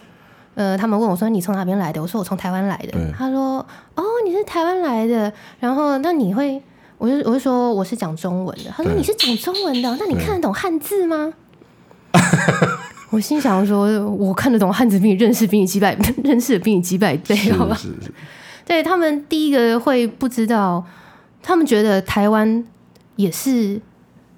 Speaker 1: 呃，他们问我说：“你从哪边来的？”我说：“我从台湾来的
Speaker 2: 对。”
Speaker 1: 他说：“哦，你是台湾来的，然后那你会？”我就我就说我是讲中文的。他说：“
Speaker 2: 对
Speaker 1: 你是讲中文的哦，那你
Speaker 2: 对
Speaker 1: 看得懂汉字吗？” 我心想说：“我看得懂汉字，比你认识比你几百 认识比你几百倍，
Speaker 2: 是
Speaker 1: 好吧？”
Speaker 2: 是是，
Speaker 1: 对他们第一个会不知道，他们觉得台湾也是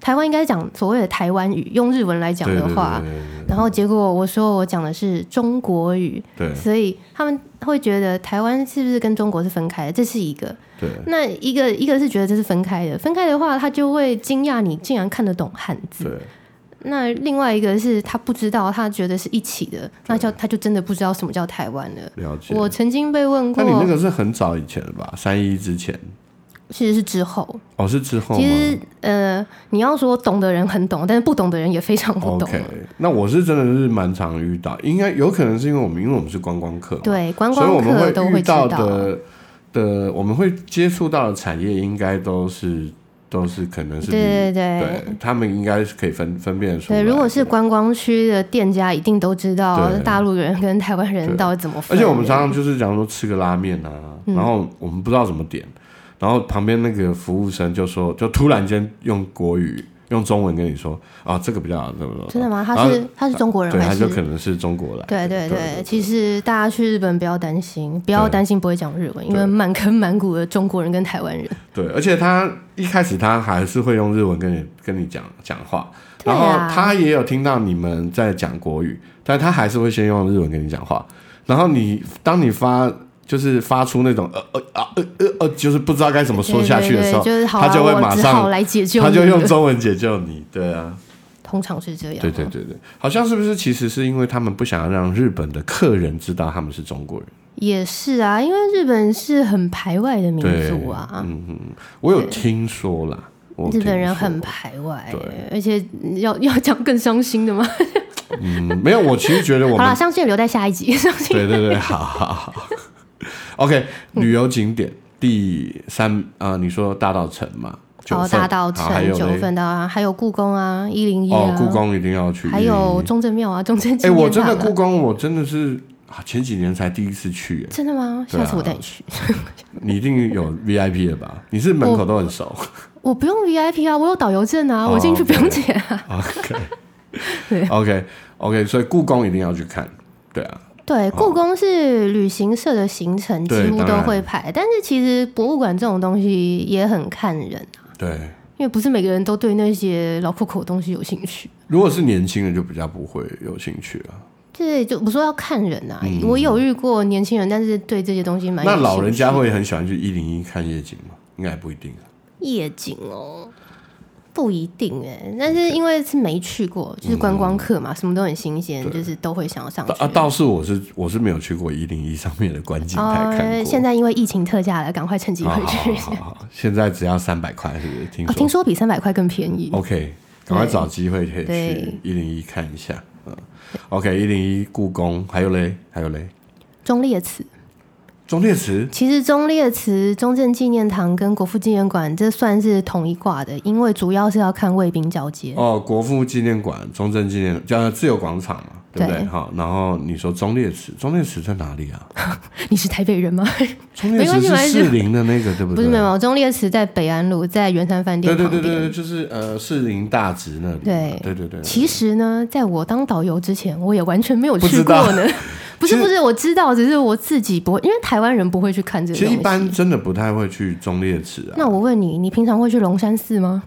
Speaker 1: 台湾应该讲所谓的台湾语，用日文来讲
Speaker 2: 对
Speaker 1: 的话，
Speaker 2: 对对
Speaker 1: 然后结果我说我讲的是中国语，
Speaker 2: 对
Speaker 1: 所以他们会觉得台湾是不是跟中国是分开的？这是一个。
Speaker 2: 对
Speaker 1: 那一个一个是觉得这是分开的，分开的话他就会惊讶你竟然看得懂汉字。
Speaker 2: 对
Speaker 1: 那另外一个是他不知道，他觉得是一起的，那叫他就真的不知道什么叫台湾了。
Speaker 2: 对，了解。
Speaker 1: 我曾经被问过，
Speaker 2: 那你那个是很早以前的吧？三一之前，
Speaker 1: 其实是之后，
Speaker 2: 哦，是之后吗
Speaker 1: 其实呃，你要说懂的人很懂，但是不懂的人也非常不懂。
Speaker 2: ？OK，那我是真的是蛮常遇到，应该有可能是因为我们，因为我们是观光客嘛，
Speaker 1: 对，观
Speaker 2: 所以我
Speaker 1: 光
Speaker 2: 们
Speaker 1: 客都
Speaker 2: 会遇
Speaker 1: 知道。
Speaker 2: 的的，我们会接触到的产业应该都是都是可能是
Speaker 1: 对对
Speaker 2: 比
Speaker 1: 对
Speaker 2: 对，他们应该是可以分分辨得出来
Speaker 1: 哎对，
Speaker 2: 的。
Speaker 1: 如果是观光区的店家，一定都知道
Speaker 2: 对
Speaker 1: 大陆人跟台湾人嗯到底怎么分。
Speaker 2: 而且我们常常就是，假如说吃个拉面啊，然后我们不知道怎么点，然后旁边那个服务生就说，就突然间用国语、用中文跟你说啊，这个比较好，怎么怎么
Speaker 1: 真的吗？
Speaker 2: 然
Speaker 1: 他
Speaker 2: 后
Speaker 1: 是他是中国人
Speaker 2: 对，
Speaker 1: 还
Speaker 2: 他
Speaker 1: 是
Speaker 2: 就？可能是中国来的。
Speaker 1: 对对
Speaker 2: 对
Speaker 1: 对，其实大家去日本不要担心，不要担心不会讲日文，因为满坑满谷的中国人跟台湾人。
Speaker 2: 对，而且他一开始他还是会用日文跟你跟你讲讲话，
Speaker 1: 对
Speaker 2: 然后
Speaker 1: 啊
Speaker 2: 他也有听到你们在讲国语，但他还是会先用日文跟你讲话。然后你当你发就是发出那种呃呃啊呃呃呃，就是不知道该怎么说下去的时候，
Speaker 1: 对对对就是好啊
Speaker 2: 他就会
Speaker 1: 我
Speaker 2: 马
Speaker 1: 只好
Speaker 2: 上
Speaker 1: 来解救
Speaker 2: 他
Speaker 1: 你
Speaker 2: 就用
Speaker 1: 了
Speaker 2: 中文解救你。对啊，
Speaker 1: 通常是这样。
Speaker 2: 对对对对，好像是不是其实是因为他们不想要让日本的客人知道他们是中国人。
Speaker 1: 也是啊，因为日本是很排外的民
Speaker 2: 对
Speaker 1: 族啊，
Speaker 2: 嗯嗯，我有听说啦，我有
Speaker 1: 日本人
Speaker 2: 听说
Speaker 1: 很排外
Speaker 2: 对，
Speaker 1: 而且要 要讲更伤心的吗？
Speaker 2: 嗯，没有，我其实觉得我
Speaker 1: 好
Speaker 2: 们
Speaker 1: 啦，伤心的留在下一集。 伤心
Speaker 2: 对对对，好好好。OK，旅
Speaker 1: 嗯
Speaker 2: 游景点、第三啊、你说大道城嘛，九
Speaker 1: 好，
Speaker 2: 份，
Speaker 1: 哦大道
Speaker 2: 好还
Speaker 1: 城、
Speaker 2: 有
Speaker 1: 九
Speaker 2: 嘞
Speaker 1: 份的啊，还有故宫啊，一零一
Speaker 2: 哦
Speaker 1: 啊，，
Speaker 2: 故宫一定要去，
Speaker 1: 还有中正庙啊，中正
Speaker 2: 哎、
Speaker 1: 纪念
Speaker 2: 我真的
Speaker 1: 堂啊
Speaker 2: 故宫，我真的是啊前几年才第一次去，哎
Speaker 1: 真的吗？
Speaker 2: 对啊
Speaker 1: 下次我带你去。
Speaker 2: 你一定有 VIP 的吧？你是门口都很熟
Speaker 1: 我不用 VIP 啊，我有导游证啊，
Speaker 2: 哦
Speaker 1: 我进去不用
Speaker 2: OK
Speaker 1: 钱啊。
Speaker 2: ，OK
Speaker 1: 对
Speaker 2: OK OK，所以故宫一定要去看，对啊，
Speaker 1: 对，故宫是旅行社的行程
Speaker 2: 对
Speaker 1: 几乎
Speaker 2: 当
Speaker 1: 都
Speaker 2: 然
Speaker 1: 会排，但是其实博物馆这种东西也很看人。
Speaker 2: 对。
Speaker 1: 因为不是每个人都对那些老扣扣的东西有兴趣。
Speaker 2: 如果是年轻人，就比较不会有兴趣了。
Speaker 1: 对，就我说要看人啊，我有遇过年轻人，但是对这些东西蛮有
Speaker 2: 那老
Speaker 1: 兴
Speaker 2: 人家
Speaker 1: 趣
Speaker 2: 会很喜欢去一零一看夜景吗？应该也不一定啊。
Speaker 1: 夜景哦，不一定哎、但是因为是没去过，就是观光客嘛，什么都很新鲜，就是都会想要上去。
Speaker 2: 啊，倒是我是我是没有去过一零一上面的观景台看过。
Speaker 1: 哦，现在因为疫情特价了，赶快趁机
Speaker 2: 啊
Speaker 1: 回
Speaker 2: 好
Speaker 1: 去
Speaker 2: 好。好好好，现在只要三百块，是不是？听
Speaker 1: 哦，
Speaker 2: 说、
Speaker 1: 听说哦比三百块更便宜。
Speaker 2: OK，赶快找机会可以去
Speaker 1: 对
Speaker 2: 一零一看一下。嗯，OK，一零一故宫，还有嘞，还有嘞，
Speaker 1: 忠烈祠，
Speaker 2: 忠烈祠
Speaker 1: 其实忠烈祠、中正纪念堂跟国父纪念馆这算是同一挂的，因为主要是要看卫兵交接。
Speaker 2: 哦，国父纪念馆、中正纪念叫自由广场嘛，对不对？
Speaker 1: 对
Speaker 2: 好，然后你说忠烈祠，忠烈祠在哪里啊？
Speaker 1: 你是台北人吗？
Speaker 2: 忠烈祠
Speaker 1: 没
Speaker 2: 是
Speaker 1: 关系
Speaker 2: 士林的那个，对不
Speaker 1: 不
Speaker 2: 对？
Speaker 1: 是没有，忠烈祠在北安路，在圆山饭店
Speaker 2: 对对
Speaker 1: 旁边。
Speaker 2: 对对对，就是呃士林大直那里嘛。
Speaker 1: 对
Speaker 2: 对对对，
Speaker 1: 其实呢，在我当导游之前，我也完全没有
Speaker 2: 不知
Speaker 1: 去过
Speaker 2: 道
Speaker 1: 呢。不
Speaker 2: 其
Speaker 1: 是
Speaker 2: 实
Speaker 1: 不是，我知道，只是我自己不会，因为台湾人不会去看这个
Speaker 2: 其
Speaker 1: 东
Speaker 2: 实
Speaker 1: 西。
Speaker 2: 一般真的不太会去忠烈祠啊。
Speaker 1: 那我问你，你平常会去龙山寺吗？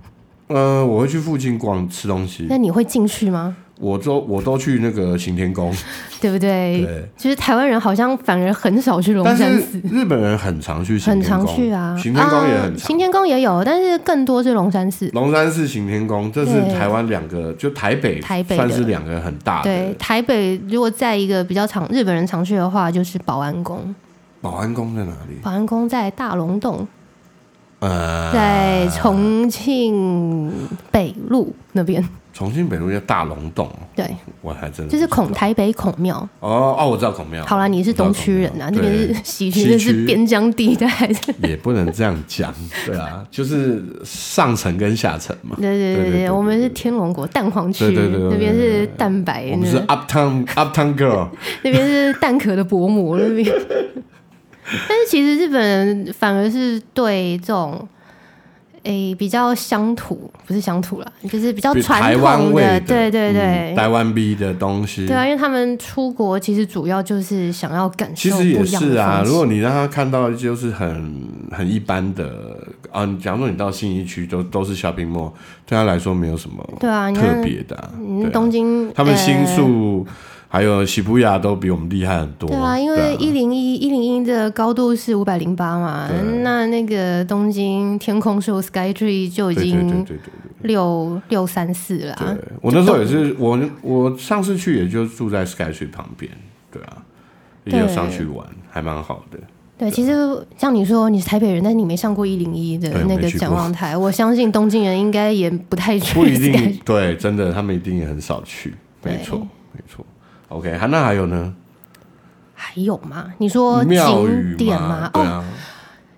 Speaker 2: 呃，我会去附近逛吃东西，
Speaker 1: 那你会进去吗？
Speaker 2: 我都我都去那个行天宫，
Speaker 1: 对不对？
Speaker 2: 对。
Speaker 1: 就是台湾人好像反而很少去龙
Speaker 2: 但
Speaker 1: 山
Speaker 2: 是
Speaker 1: 寺，
Speaker 2: 日本人很常去行
Speaker 1: 很
Speaker 2: 天宫，
Speaker 1: 常去啊。
Speaker 2: 行天宫也很
Speaker 1: 啊
Speaker 2: 常。
Speaker 1: 行天宫也有，但是更多是龙山寺。
Speaker 2: 龙山寺行天宫，这是
Speaker 1: 对
Speaker 2: 台湾两个，就台北
Speaker 1: 台北的
Speaker 2: 算是两个很大
Speaker 1: 对
Speaker 2: 的，
Speaker 1: 台北如果在一个比较常日本人常去的话，就是保安宫。
Speaker 2: 保安宫在哪里？
Speaker 1: 保安宫在大龙洞，
Speaker 2: 呃，
Speaker 1: 在重庆北路那边，
Speaker 2: 重庆北路叫大龙洞哦，
Speaker 1: 对，
Speaker 2: 我还真的
Speaker 1: 就是
Speaker 2: 不知道
Speaker 1: 孔台北孔庙。
Speaker 2: 哦哦，我知道孔庙。
Speaker 1: 好啦，你是
Speaker 2: 我知道
Speaker 1: 东
Speaker 2: 孔
Speaker 1: 区
Speaker 2: 庙
Speaker 1: 人呐、啊，这
Speaker 2: 对
Speaker 1: 边是西
Speaker 2: 西
Speaker 1: 区，这
Speaker 2: 区
Speaker 1: 是边疆地带。 对
Speaker 2: 也不能这样讲，对啊，就是上层跟下层嘛。
Speaker 1: 对
Speaker 2: 对
Speaker 1: 对
Speaker 2: 对
Speaker 1: 对，我们是天龙国蛋黄区，
Speaker 2: 对对对对对
Speaker 1: 那边是蛋白，
Speaker 2: 我们是
Speaker 1: 那
Speaker 2: uptown uptown girl，
Speaker 1: 那边是蛋壳的薄膜那 边。但是其实日本人反而是对这种。诶、比较乡土，不是乡土啦，就是比较
Speaker 2: 比
Speaker 1: 传
Speaker 2: 台湾
Speaker 1: 统
Speaker 2: 味
Speaker 1: 的，对对对
Speaker 2: 嗯，台湾 B 的东西。
Speaker 1: 对啊，因为他们出国其实主要就是想要感
Speaker 2: 其
Speaker 1: 受
Speaker 2: 实
Speaker 1: 不
Speaker 2: 也
Speaker 1: 一样
Speaker 2: 是
Speaker 1: 的
Speaker 2: 啊，
Speaker 1: 风
Speaker 2: 如
Speaker 1: 景。
Speaker 2: 果你让他看到就是很很一般的啊，你假如说你到信义区都都是 shopping mall，对他来说没有什么
Speaker 1: 对啊，你
Speaker 2: 特
Speaker 1: 看，
Speaker 2: 别的啊、
Speaker 1: 嗯，
Speaker 2: 对啊
Speaker 1: 东京
Speaker 2: 他们
Speaker 1: 呃
Speaker 2: 新宿还有喜布亚都比我们厉害很多。
Speaker 1: 对啊，因为一零一一零一的高度是五百零八嘛
Speaker 2: 对，啊
Speaker 1: 那那个东京天空秀 Sky Tree 就已
Speaker 2: 对对对对
Speaker 1: 经
Speaker 2: 对对。
Speaker 1: 六六三四了啊。
Speaker 2: 对，我那时候也是，我我上次去也就住在 Sky Tree 旁边，对啊，也有
Speaker 1: 对
Speaker 2: 上去玩，还蛮好的。
Speaker 1: 对，其实像你说你是台北人，但你没上过一零一的
Speaker 2: 对
Speaker 1: 那
Speaker 2: 哎没
Speaker 1: 个
Speaker 2: 去
Speaker 1: 展
Speaker 2: 过
Speaker 1: 望台，我相信东京人应该也不太去
Speaker 2: 不一
Speaker 1: Sky
Speaker 2: 定，对，真的，他们一定也很少去，
Speaker 1: 对
Speaker 2: 没错，没错。OK，还那还有呢？
Speaker 1: 还有吗？你说
Speaker 2: 庙宇
Speaker 1: 景点
Speaker 2: 嘛
Speaker 1: 吗？
Speaker 2: 对
Speaker 1: 哦，
Speaker 2: 啊，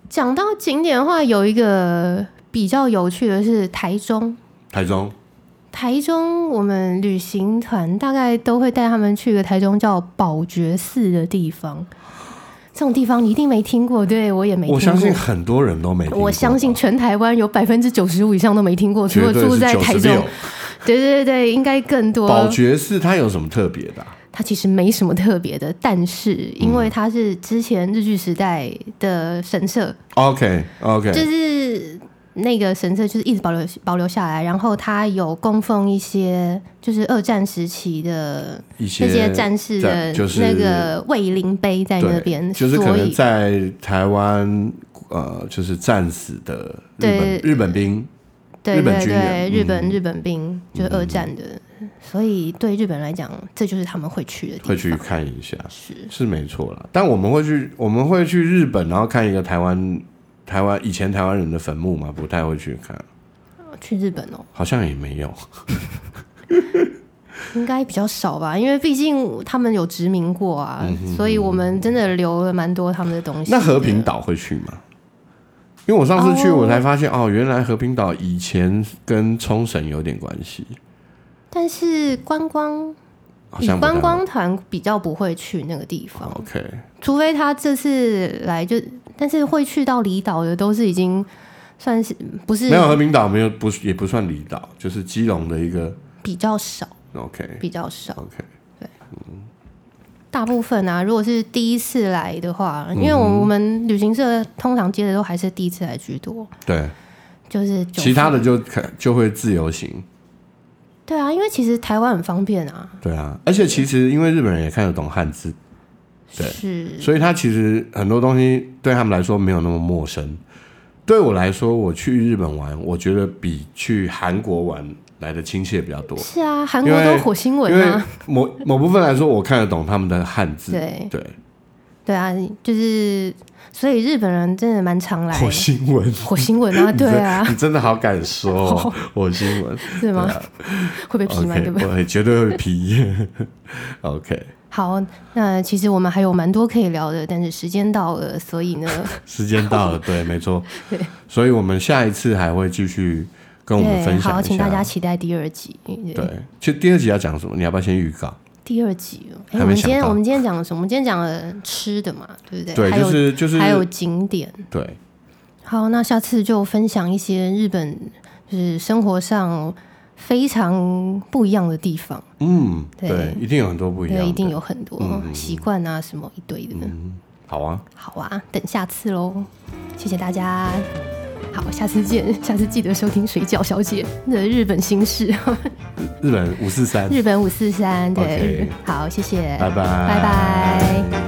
Speaker 1: 讲到景点的话，有一个比较有趣的是台中。
Speaker 2: 台中
Speaker 1: 台中，我们旅行团大概都会带他们去一个台中叫宝觉寺的地方。这种地方你一定没听过，对我也没听过。
Speaker 2: 我相信很多人都没听过吧，啊
Speaker 1: 我相信全台湾有百分之九十五以上都没听过，除
Speaker 2: 绝
Speaker 1: 了
Speaker 2: 对
Speaker 1: 住
Speaker 2: 是
Speaker 1: 在
Speaker 2: 九
Speaker 1: 台
Speaker 2: 十
Speaker 1: 中
Speaker 2: 六。。
Speaker 1: 对对对，应该更多。
Speaker 2: 宝觉寺它有什么特别的啊？
Speaker 1: 它其实没什么特别的，但是因
Speaker 2: 嗯
Speaker 1: 为它是之前日据时代的神社，
Speaker 2: OK
Speaker 1: 就
Speaker 2: OK，
Speaker 1: 是那个神社就是一直保留保留下来，然后它有供奉一些就是二战时期的
Speaker 2: 一
Speaker 1: 那些战士的
Speaker 2: 战就是
Speaker 1: 那个卫灵碑在那边，
Speaker 2: 对就是可
Speaker 1: 所
Speaker 2: 能
Speaker 1: 以
Speaker 2: 在台湾呃，就是战死的日
Speaker 1: 对
Speaker 2: 本日本兵，
Speaker 1: 对
Speaker 2: 日本
Speaker 1: 对
Speaker 2: 军人
Speaker 1: 对，日本、
Speaker 2: 嗯
Speaker 1: 日本兵就是二战的，所以对日本来讲，这就是他们会去的地方。
Speaker 2: 会去看一下，
Speaker 1: 是
Speaker 2: 是没错啦。但我们会去，我们会去日本，然后看一个台湾台湾以前台湾人的坟墓嘛，不太会去看，
Speaker 1: 去日本哦，
Speaker 2: 好像也没有。
Speaker 1: 应该比较少吧，因为毕竟他们有殖民过啊，所以我们真的留了蛮多他们的东西的。
Speaker 2: 嗯那和平岛会去吗？因为我上次去，我才发现哦原来和平岛以前跟冲绳有点关系，
Speaker 1: 但是观光
Speaker 2: 好
Speaker 1: 以
Speaker 2: 像不太
Speaker 1: 观光团比较不会去那个地方，
Speaker 2: OK。
Speaker 1: 除非他这次来就，但是会去到离岛的都是已经算是不是
Speaker 2: 没有和平岛没有不也不算离岛，就是基隆的一个
Speaker 1: 比较少，
Speaker 2: OK
Speaker 1: 比较少。
Speaker 2: OK。
Speaker 1: 大部分啊，如果是第一次来的话，因为我我们旅行社通常接的都还是第一次来居多，
Speaker 2: 对，
Speaker 1: 就是九
Speaker 2: 其他的就可就会自由行。
Speaker 1: 对啊，因为其实台湾很方便啊，
Speaker 2: 对啊，而且其实因为日本人也看得懂汉字，对
Speaker 1: 是
Speaker 2: 所以他其实很多东西对他们来说没有那么陌生。对我来说，我去日本玩，我觉得比去韩国玩来的亲切比较多，
Speaker 1: 是啊，韩
Speaker 2: 因
Speaker 1: 国
Speaker 2: 为
Speaker 1: 都有火星
Speaker 2: 因
Speaker 1: 文
Speaker 2: 为
Speaker 1: 啊，
Speaker 2: 某某部分来说，我看得懂他们的汉字。
Speaker 1: 对
Speaker 2: 对，
Speaker 1: 对啊，就是所以日本人真的蛮常来
Speaker 2: 火星文，
Speaker 1: 火星文啊，对啊，
Speaker 2: 你真的好敢说哦，火星文。
Speaker 1: 是吗？会被批吗？对
Speaker 2: 啊 OK，
Speaker 1: 不对？
Speaker 2: 我也绝对会皮。OK，
Speaker 1: 好，那其实我们还有蛮多可以聊的，但是时间到了，所以呢，
Speaker 2: 时间到了，对，没错
Speaker 1: 哦对。
Speaker 2: 所以我们下一次还会继续 跟我们分
Speaker 1: 对，
Speaker 2: 享一下。
Speaker 1: 好，请大家期待第二集。
Speaker 2: 对，其实第二集要讲什么？你要不要先预告？
Speaker 1: 第二集哦，哎，
Speaker 2: 还
Speaker 1: 我
Speaker 2: 没
Speaker 1: 们
Speaker 2: 想
Speaker 1: 今天
Speaker 2: 到
Speaker 1: 我们今天讲了什么？我们今天讲了吃的嘛，对不对？
Speaker 2: 对，
Speaker 1: 还
Speaker 2: 就
Speaker 1: 有
Speaker 2: 是就是
Speaker 1: 还有景点。
Speaker 2: 对
Speaker 1: 好，那下次就分享一些日本就是生活上非常不一样的地方，
Speaker 2: 嗯，
Speaker 1: 对
Speaker 2: 对，一定有很多不一样的，嗯
Speaker 1: 对，一定有很多习惯啊什么一堆的。
Speaker 2: 好啊，
Speaker 1: 好啊，等下次喽，谢谢大家。好，下次见， 下次记得收听水饺小姐的日本心事，
Speaker 2: 日本五四三，
Speaker 1: 日本五四三，对
Speaker 2: OK
Speaker 1: 好，谢谢，
Speaker 2: 拜拜，
Speaker 1: 拜拜。